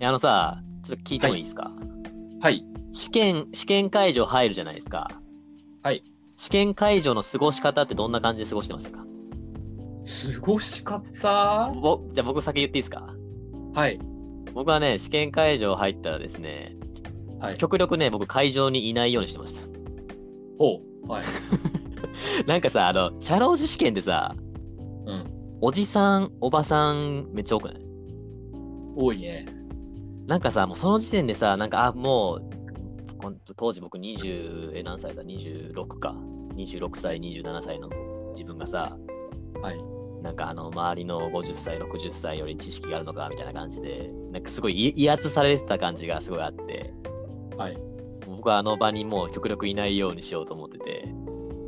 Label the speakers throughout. Speaker 1: あのさ、ちょっと聞いてもいいですか、
Speaker 2: はい。
Speaker 1: 試験、試験会場入るじゃないですか。
Speaker 2: はい。
Speaker 1: 試験会場の過ごし方ってどんな感じで過ごしてましたか
Speaker 2: 過ごし方
Speaker 1: ぼじゃあ僕先言っていいですか
Speaker 2: はい。
Speaker 1: 僕はね、試験会場入ったらですね、
Speaker 2: はい。
Speaker 1: 極力ね、僕会場にいないようにしてました。
Speaker 2: ほう。はい。
Speaker 1: なんかさ、あの、社労士試験でさ、
Speaker 2: うん。
Speaker 1: おじさん、おばさん、めっちゃ多くない
Speaker 2: 多いね。
Speaker 1: なんかさ、もうその時点でさ、なんか、あ、もう、こん当時僕20、え、何歳だ ?26 か。26歳、27歳の自分がさ、
Speaker 2: はい。
Speaker 1: なんかあの、周りの50歳、60歳より知識があるのか、みたいな感じで、なんかすごいい威圧されてた感じがすごいあって、
Speaker 2: はい。
Speaker 1: 僕はあの場にもう極力いないようにしようと思ってて、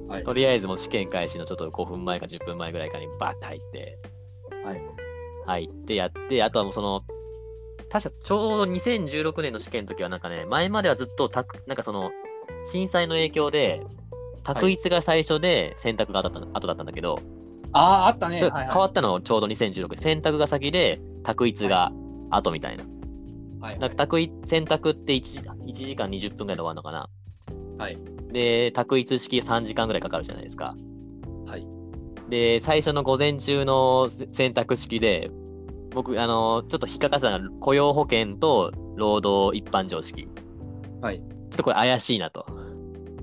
Speaker 2: はい
Speaker 1: と。りあえずもう試験開始のちょっと5分前か10分前ぐらいかにバッて入って、
Speaker 2: はい。
Speaker 1: 入ってやって、あとはもうその、確かちょうど2016年の試験の時はなんかね、前まではずっとたく、なんかその、震災の影響で、択一が最初で選択が当たった、後だったんだけど、
Speaker 2: ああー、あったね。
Speaker 1: それ
Speaker 2: はい、
Speaker 1: 変
Speaker 2: はい。
Speaker 1: わったのちょうど2016年、選択が先で、択一が後みたいな。
Speaker 2: はい。
Speaker 1: なんか択一、選択って1時 ,1 時間20分ぐらいで終わるのかな。
Speaker 2: はい。
Speaker 1: で、択一式3時間ぐらいかかるじゃないですか。
Speaker 2: はい。
Speaker 1: で、最初の午前中のせ選択式で、僕、あのちょっと引っかかってたのが、雇用保険と労働一般常識。
Speaker 2: はい。
Speaker 1: ちょっとこれ怪しいなと。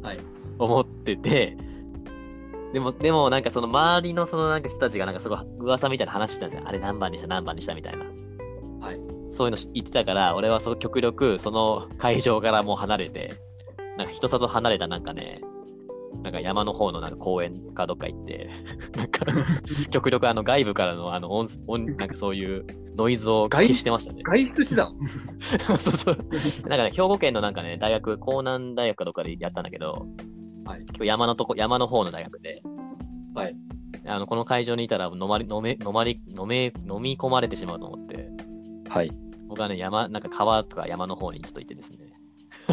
Speaker 2: はい。
Speaker 1: 思ってて、でも、でもなんかその周りのそのなんか人たちがなんかすごい噂みたいな話してたんで、あれ何番にした何番にしたみたいな。
Speaker 2: はい。
Speaker 1: そういうの言ってたから、俺はそう極力その会場からもう離れて、なんか人里離れたなんかね、なんか山の方のなんか公園かどっか行って、 なんか極力あの外部からのあの音音なんかそういうノイズを消してましたね。
Speaker 2: 外出してたの
Speaker 1: そうそう。なんかね、兵庫県のなんかね、大学、江南大学かどっかでやったんだけど、
Speaker 2: はい
Speaker 1: 結構山のとこ、山の方の大学で、
Speaker 2: はい。
Speaker 1: あのこの会場にいたら飲まれ、飲め、飲まれ、飲め、飲み込まれてしまうと思って、
Speaker 2: はい。
Speaker 1: 僕はね、山、なんか川とか山の方にちょっと行ってですね、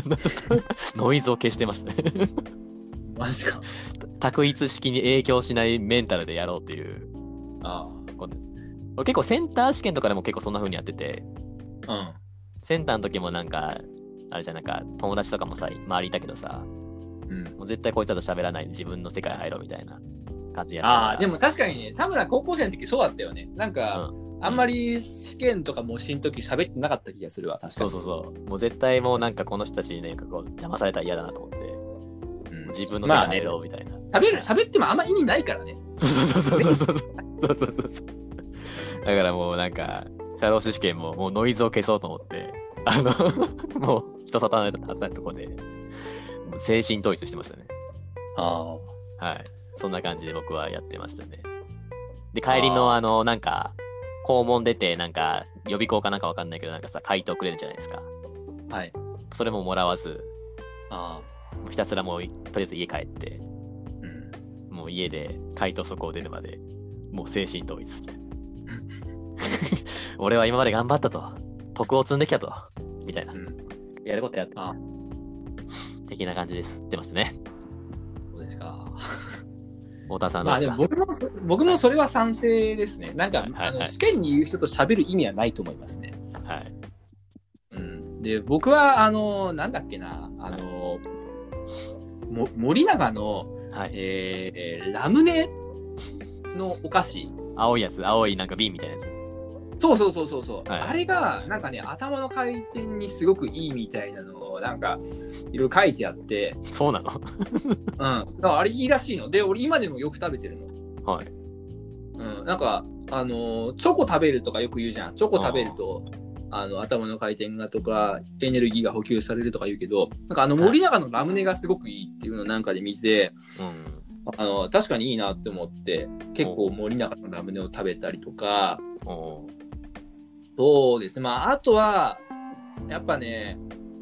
Speaker 1: ちょっとノイズを消してましたね。
Speaker 2: マジか。
Speaker 1: 択一式に影響しないメンタルでやろうっていう。
Speaker 2: あ
Speaker 1: 俺結構センター試験とかでも結構そんな風にやってて、
Speaker 2: あ。
Speaker 1: センターの時もなんか、あれじゃんなんか友達とかもさ、周りいたけどさ、
Speaker 2: うん。うん。
Speaker 1: もう絶対こいつらと喋らないで自分の世界入ろうみたいな感じでやってたから
Speaker 2: ああ、でも確かにね、田村高校生の時そうだったよね。なんか、あんまり試験とか模試の時喋ってなかった気がするわ、確か
Speaker 1: そう
Speaker 2: に。
Speaker 1: そうそう。もう絶対もうなんかこの人たちにね、こう邪魔されたら嫌だなと思って、
Speaker 2: うん
Speaker 1: 自分の
Speaker 2: ま
Speaker 1: 世界
Speaker 2: あね
Speaker 1: 入ろうみたいな。
Speaker 2: 喋る、喋ってもあんま意味ないからね。
Speaker 1: そうそうそうそうそうそう。そうそうそうそう。だからもうなんか、社労士試験ももうノイズを消そうと思って、あの、 もう人沙汰なったとこで、もう精神統一してましたね。
Speaker 2: ああ。
Speaker 1: はい。そんな感じで僕はやってましたね。で、帰りのあの、なんか、校門出て、なんか、予備校かなんかわかんないけど、なんかさ、回答くれるじゃないですか。
Speaker 2: はい。
Speaker 1: それももらわず、
Speaker 2: ああ。
Speaker 1: もうひたすらもう、とりあえず家帰って、
Speaker 2: うん。
Speaker 1: もう家で回答速を出るまで、もう精神統一みたいな 俺は今まで頑張ったと。徳を積んできたと。みたいな
Speaker 2: う。ん。
Speaker 1: やることやった
Speaker 2: あ。
Speaker 1: 的な感じです。出ますね。
Speaker 2: そうですか。
Speaker 1: 太田さんど
Speaker 2: ま
Speaker 1: う
Speaker 2: あ
Speaker 1: で
Speaker 2: ですも
Speaker 1: か、
Speaker 2: 僕もそ僕もそれは賛成ですね。なんか、
Speaker 1: はいはいはい
Speaker 2: あの試験に言う人と喋る意味はないと思いますね。
Speaker 1: はい。
Speaker 2: うん、で僕はあのなんだっけなあの、も森永の、
Speaker 1: はい。
Speaker 2: えーラムネのお菓子
Speaker 1: 青いやつ、青いなんか瓶みたいなやつ。
Speaker 2: そうそうそうそうそう、
Speaker 1: はい
Speaker 2: あれがなんかね頭の回転にすごくいいみたいなのをなんかいろいろ書いてあって、
Speaker 1: そうなの
Speaker 2: うん、だからあれいいらしいので俺今でもよく食べてるの。
Speaker 1: はい。
Speaker 2: うん、なんか、あのーチョコ食べるとかよく言うじゃん。チョコ食べると、あの、頭の回転がとか、エネルギーが補給されるとか言うけど、なんかあの、
Speaker 1: はい
Speaker 2: 森永のラムネがすごくいいっていうのをなんかで見て、
Speaker 1: うん。
Speaker 2: あの、確かにいいなって思って、結構森永のラムネを食べたりとか、
Speaker 1: おー
Speaker 2: そうですね。まあ、あとは、やっぱね、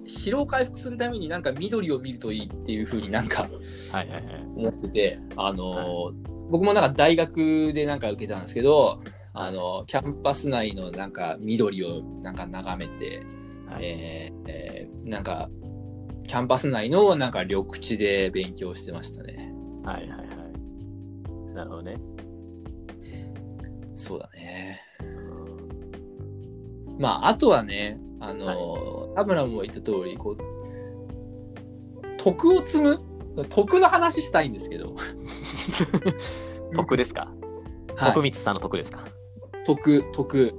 Speaker 2: 疲労回復するためになんか緑を見るといいっていう風になんか
Speaker 1: はいはいはい。
Speaker 2: 思ってて、あのー僕もなんか大学でなんか受けたんですけど、あのーキャンパス内のなんか緑をなんか眺めて、
Speaker 1: はい
Speaker 2: えーえーなんかキャンパス内のなんか緑地で勉強してましたね。
Speaker 1: はいはいはい。なるほどね。
Speaker 2: そうだね。
Speaker 1: うん
Speaker 2: まああとはね、ああの、田村も言った通り、こう、徳を積む徳の話したいんですけど。
Speaker 1: 徳ですか、
Speaker 2: は
Speaker 1: 徳
Speaker 2: い、
Speaker 1: 光さんの徳ですか
Speaker 2: 徳、徳。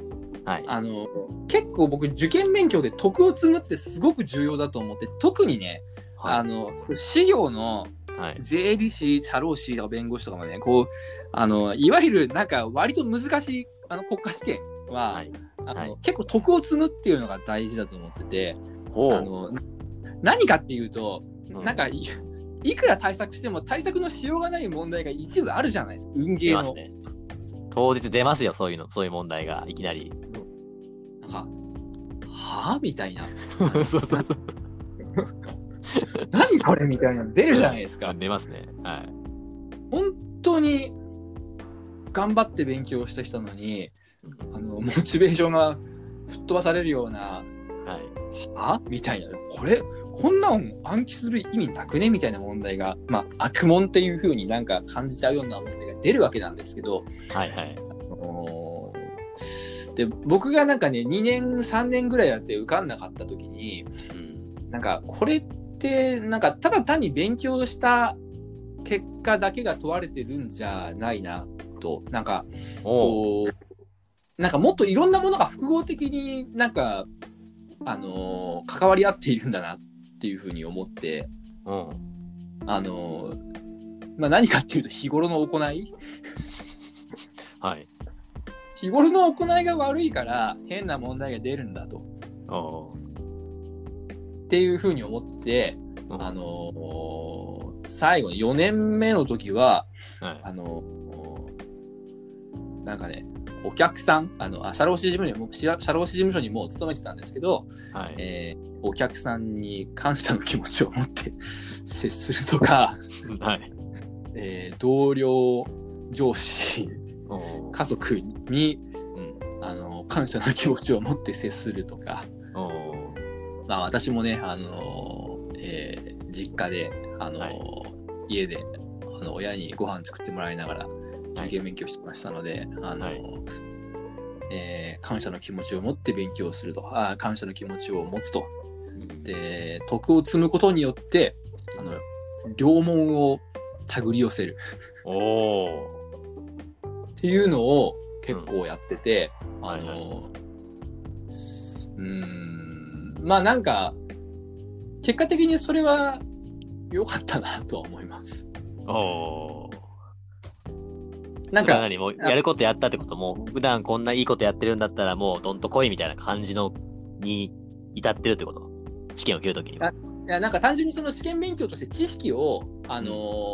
Speaker 1: はい。
Speaker 2: あの、結構僕、受験勉強で徳を積むってすごく重要だと思って、特にね、あ
Speaker 1: は
Speaker 2: の、資料の
Speaker 1: い。はい。
Speaker 2: 税理士、社労士とか弁護士とかもね、こう、あの、いわゆるなんか割と難しいあの国家試験は、
Speaker 1: はい
Speaker 2: あの
Speaker 1: はい
Speaker 2: 結構徳を積むっていうのが大事だと思ってて、
Speaker 1: ほ
Speaker 2: あ
Speaker 1: う。
Speaker 2: のな何かっていうと、
Speaker 1: うん
Speaker 2: なんかいいくら対策しても対策のしようがない問題が一部あるじゃないですか、運ゲ
Speaker 1: 出
Speaker 2: ー
Speaker 1: ます
Speaker 2: の。
Speaker 1: ね。当日出ますよ、そういうの、そういう問題が、いきなり。
Speaker 2: なんかはあみたいな。
Speaker 1: そうそうそう。
Speaker 2: 何これみたいなの出るじゃないですか。
Speaker 1: 出ますね。はい。
Speaker 2: 本当に頑張って勉強してきたのにあのモチベーションが吹っ飛ばされるような
Speaker 1: はい。
Speaker 2: あみたいなこれこんなん暗記する意味なくねみたいな問題がまあ悪問っていう風になんか感じちゃうような問題が出るわけなんですけど
Speaker 1: はいはい。
Speaker 2: あのーで僕がなんかね2年3年ぐらいやって受かんなかった時に
Speaker 1: うん
Speaker 2: なんかこれってなんかただ単に勉強した結果だけが問われてるんじゃないなとなんかこ
Speaker 1: おう
Speaker 2: うなんかもっといろんなものが複合的になんかあのー関わり合っているんだなっていうふうに思って
Speaker 1: うん。
Speaker 2: あのーまあ何かっていうと日頃の行い
Speaker 1: はい。
Speaker 2: 日頃の行いが悪いから変な問題が出るんだと
Speaker 1: おう
Speaker 2: っていうふうに思って
Speaker 1: うん
Speaker 2: あのー最後に4年目の時は
Speaker 1: はい。
Speaker 2: あの、なんかね、お客さん、あの、あ社労士事務所にも、社社労士事務所にもう勤めてたんですけど、
Speaker 1: はい。
Speaker 2: えーお客さんに感謝の気持ちを持って 接するとか、
Speaker 1: はい。
Speaker 2: えー同僚、上司、
Speaker 1: おう
Speaker 2: 家族に、
Speaker 1: うん
Speaker 2: あの、感謝の気持ちを持って接するとか、
Speaker 1: おう
Speaker 2: まあ私もね、あの、えー実家で、あの、
Speaker 1: はい
Speaker 2: 家で、あの、親にご飯作ってもらいながら、受験勉強してましたので、あの、
Speaker 1: はい
Speaker 2: えー感謝の気持ちを持って勉強すると、あー感謝の気持ちを持つと。
Speaker 1: うん
Speaker 2: で、徳を積むことによって、あの、両門を手繰り寄せる
Speaker 1: おう
Speaker 2: っていうのを結構やってて、
Speaker 1: ん
Speaker 2: あの、
Speaker 1: はいは
Speaker 2: うーん、まあなんか、結果的にそれは良かったなとは思います。
Speaker 1: おう
Speaker 2: なん
Speaker 1: だら
Speaker 2: か、
Speaker 1: 何もうやることやったってこともう普段こんないいことやってるんだったらもうどんと来いみたいな感じのに至ってるってこと試験を受けるときには。
Speaker 2: いやなんか単純にその試験勉強として知識を、あのー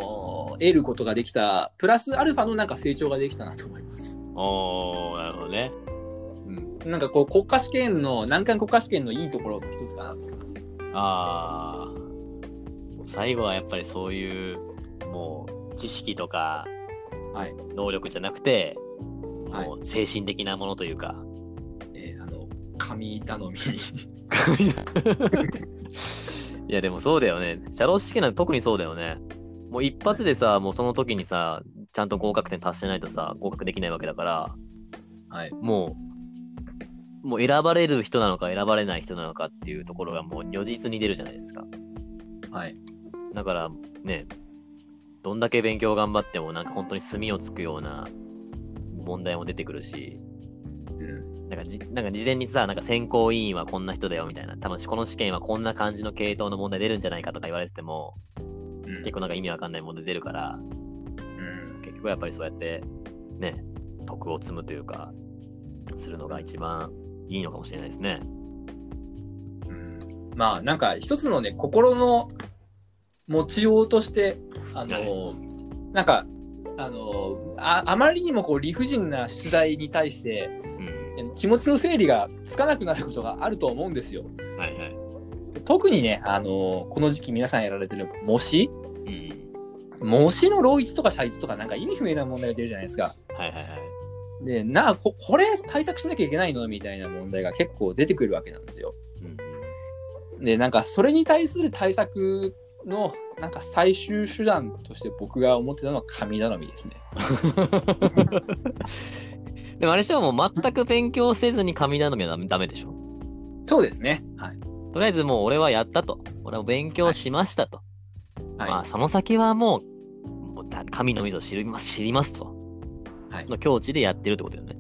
Speaker 2: 得ることができたプラスアルファのなんか成長ができたなと思います。
Speaker 1: おーなるほどね。
Speaker 2: うん、なんかこう国家試験の難関国家試験のいいところの一つかなと思います。
Speaker 1: ああ。最後はやっぱりそういう、もう、知識とか、
Speaker 2: はい
Speaker 1: 能力じゃなくて、
Speaker 2: はい
Speaker 1: もう、精神的なものというか。
Speaker 2: えーあの神頼み
Speaker 1: いや、でもそうだよね。社労士試験なんて特にそうだよね。もう一発でさ、もうその時にさ、ちゃんと合格点達してないとさ、合格できないわけだから、
Speaker 2: はい
Speaker 1: もう、もう選ばれる人なのか選ばれない人なのかっていうところがもう如実に出るじゃないですか。
Speaker 2: はい
Speaker 1: だからね、どんだけ勉強頑張っても、なんか本当に墨をつくような問題も出てくるし、
Speaker 2: うん
Speaker 1: なんかじなんか事前にさ、なんか選考委員はこんな人だよみたいな、多分この試験はこんな感じの系統の問題出るんじゃないかとか言われてても、
Speaker 2: うん
Speaker 1: 結構なんか意味わかんない問題出るから、
Speaker 2: うん
Speaker 1: 結局やっぱりそうやって、ね、徳を積むというか、するのが一番いいのかもしれないですね。
Speaker 2: うんまあなんか一つのね心の持ちようとしてあのーなんかあのーああまりにもこう理不尽な出題に対して
Speaker 1: うん。
Speaker 2: 気持ちの整理がつかなくなることがあると思うんですよ。
Speaker 1: はいはい。
Speaker 2: 特にね、あのーこの時期皆さんやられてる模試
Speaker 1: うん。
Speaker 2: 模試の老一とか社一とかなんか意味不明な問題が出るじゃないですか。
Speaker 1: はいはいはい。
Speaker 2: で、なあ、ここれ対策しなきゃいけないのみたいな問題が結構出てくるわけなんですよ。
Speaker 1: うん。
Speaker 2: で、なんかそれに対する対策のなんか最終手段として僕が思ってたのは神頼みですね。
Speaker 1: でもあれでしょもう全く勉強せずに神頼みはダメダメでしょ
Speaker 2: そうですね。はい。
Speaker 1: とりあえずもう俺はやったと。俺は勉強しましたと。
Speaker 2: はい。
Speaker 1: まあ、その先はもう、もうた神の水を知ります、知りますと。
Speaker 2: はい
Speaker 1: の境地でやってるってことだよね。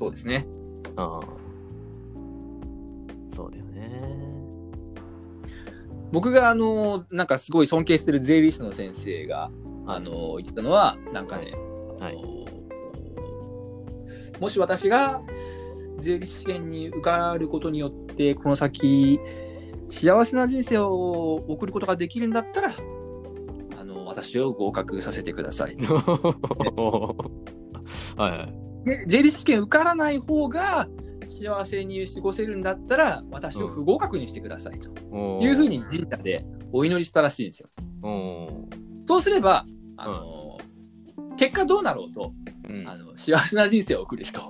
Speaker 2: そうですね。
Speaker 1: うん。そうだよね。
Speaker 2: 僕があのなんかすごい尊敬してる税理士の先生があの言ってたのはなんかね、
Speaker 1: は
Speaker 2: あ
Speaker 1: い。
Speaker 2: のもし私が税理士試験に受かることによってこの先幸せな人生を送ることができるんだったらあの私を合格させてくだ さい
Speaker 1: はいはい。
Speaker 2: で税理士試験受からない方が幸せに過ごせるんだったら私を不合格にしてくださいと
Speaker 1: おー
Speaker 2: いうふうに神社でお祈りしたらしいんですよ
Speaker 1: おー
Speaker 2: そうすれば、あの結果どうなろうと
Speaker 1: うん
Speaker 2: あの幸せな人生を送る人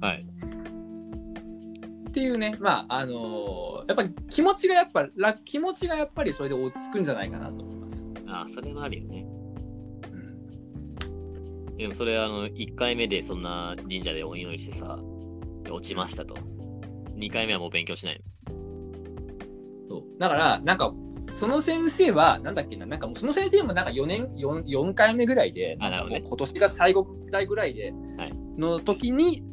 Speaker 1: はい。
Speaker 2: っていうねまああのやっぱり気持ちがやっぱ楽気持ちがやっぱりそれで落ち着くんじゃないかなと思います。
Speaker 1: ああ、それもあるよね。
Speaker 2: うん
Speaker 1: でもそれ、あの、1回目でそんな神社でお祈りしてさ、で落ちましたと。2回目はもう勉強しない
Speaker 2: そうだからなんかその先生はなんだっけななんかもうその先生もなんか4年 4, 4回目ぐらいで
Speaker 1: あなるほどね
Speaker 2: もう今年が最後代ぐらいで、
Speaker 1: はい
Speaker 2: の時に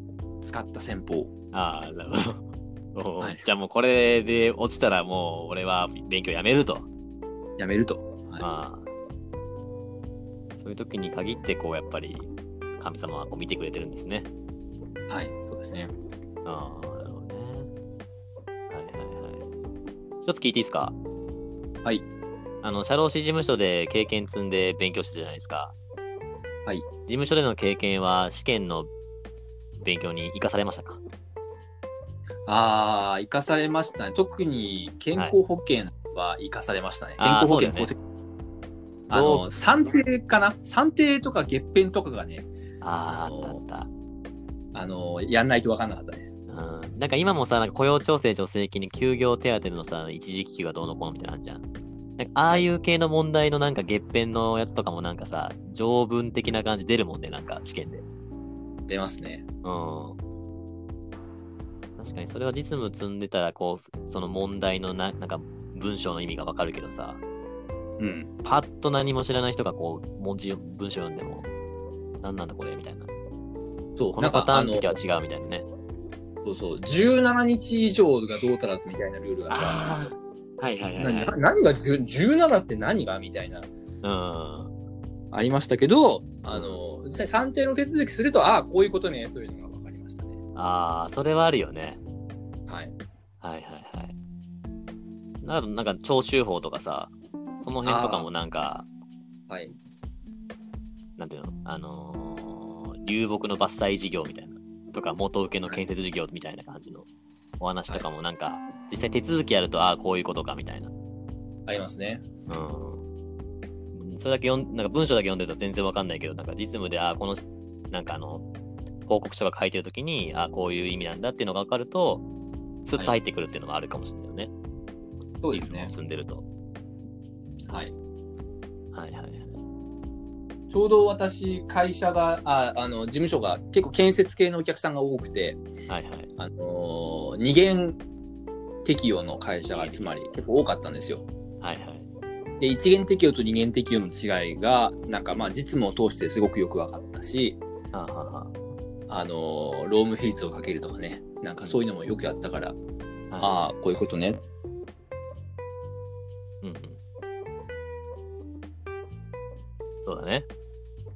Speaker 2: 使った戦法
Speaker 1: の。ああ、なるほど。おー
Speaker 2: はい
Speaker 1: じゃあもうこれで落ちたらもう俺は勉強やめると。
Speaker 2: やめると。はい
Speaker 1: ああそういう時に限ってこうやっぱり神様はこう見てくれてるんですね。
Speaker 2: はい、そうですね。
Speaker 1: ああ、なるほどね。はいはいはい。一つ聞いていいですか
Speaker 2: はい。
Speaker 1: あの、社労士事務所で経験積んで勉強してたじゃないですか。
Speaker 2: はい
Speaker 1: 事務所での経験は試験の勉強に生かされましたか
Speaker 2: ああ、生かされましたね。特に健康保険は生かされましたね。
Speaker 1: あー
Speaker 2: 健康保険、
Speaker 1: そうだよね
Speaker 2: 功績あの、算定かな算定とか月遍とかがね、あ
Speaker 1: ああ、あ
Speaker 2: の
Speaker 1: ったあった。
Speaker 2: あの、やんないと分かんなかったね。
Speaker 1: うん、なんか今もさ、なんか雇用調整助成金に休業手当のさ、一時帰給がどうのこうのみたいなのあんじゃん。なんかああいう系の問題のなんか月遍のやつとかもなんかさ、条文的な感じ出るもんね、なんか試験で。
Speaker 2: 出ますね。
Speaker 1: うん。確かにそれは実務積んでたら、こう、その問題のな、なんか文章の意味がわかるけどさ、
Speaker 2: うん。
Speaker 1: パッと何も知らない人がこう、文字、文章読んでも、何なんだこれみたいな。
Speaker 2: そう、
Speaker 1: このパターンの時
Speaker 2: な
Speaker 1: は
Speaker 2: んか
Speaker 1: 違うみたいなね。
Speaker 2: あのそうそう、17日以上がどうたらみたいなルールが
Speaker 1: あ
Speaker 2: さ、
Speaker 1: あ。はいはいは、
Speaker 2: ない
Speaker 1: はい
Speaker 2: な。何が10 17って何がみたいな、
Speaker 1: うん。
Speaker 2: ありましたけど、あの、実際算定の手続きすると、ああ、こういうことね、というのが分かりましたね。
Speaker 1: ああ、それはあるよね。
Speaker 2: はい。
Speaker 1: はいはいはい。なるなんか徴収法とかさ、その辺とかもなんか、
Speaker 2: はい。
Speaker 1: なんていうの、あのー流木の伐採事業みたいな、とか元請けの建設事業みたいな感じのお話とかもなんか、実際手続きやると、ああ、こういうことかみたいな。
Speaker 2: ありますね。
Speaker 1: うん。それだけ読ん、なんか文章だけ読んでると全然わかんないけど、なんか実務で、ああ、この、なんかあの、報告書が書いてるときに、ああ、こういう意味なんだっていうのがわかると、スッと入ってくるっていうのもあるかもしれないよね。
Speaker 2: そう
Speaker 1: い
Speaker 2: で
Speaker 1: つ
Speaker 2: す
Speaker 1: も
Speaker 2: ね。
Speaker 1: 住んでると。
Speaker 2: はい。
Speaker 1: はいはいはい。
Speaker 2: ちょうど私、会社が、ああの事務所が結構建設系のお客さんが多くて、
Speaker 1: はいはい。
Speaker 2: あのー二元適用の会社がつまり結構多かったんですよ。
Speaker 1: はいはい。
Speaker 2: で、一元適用と二元適用の違いが、なんかまあ実務を通してすごくよく分かったし、
Speaker 1: はあはあは
Speaker 2: あのー労務比率をかけるとかね、なんかそういうのもよくやったから、
Speaker 1: あ。はい
Speaker 2: ああ、こういうことね。
Speaker 1: うんうん。そうだね。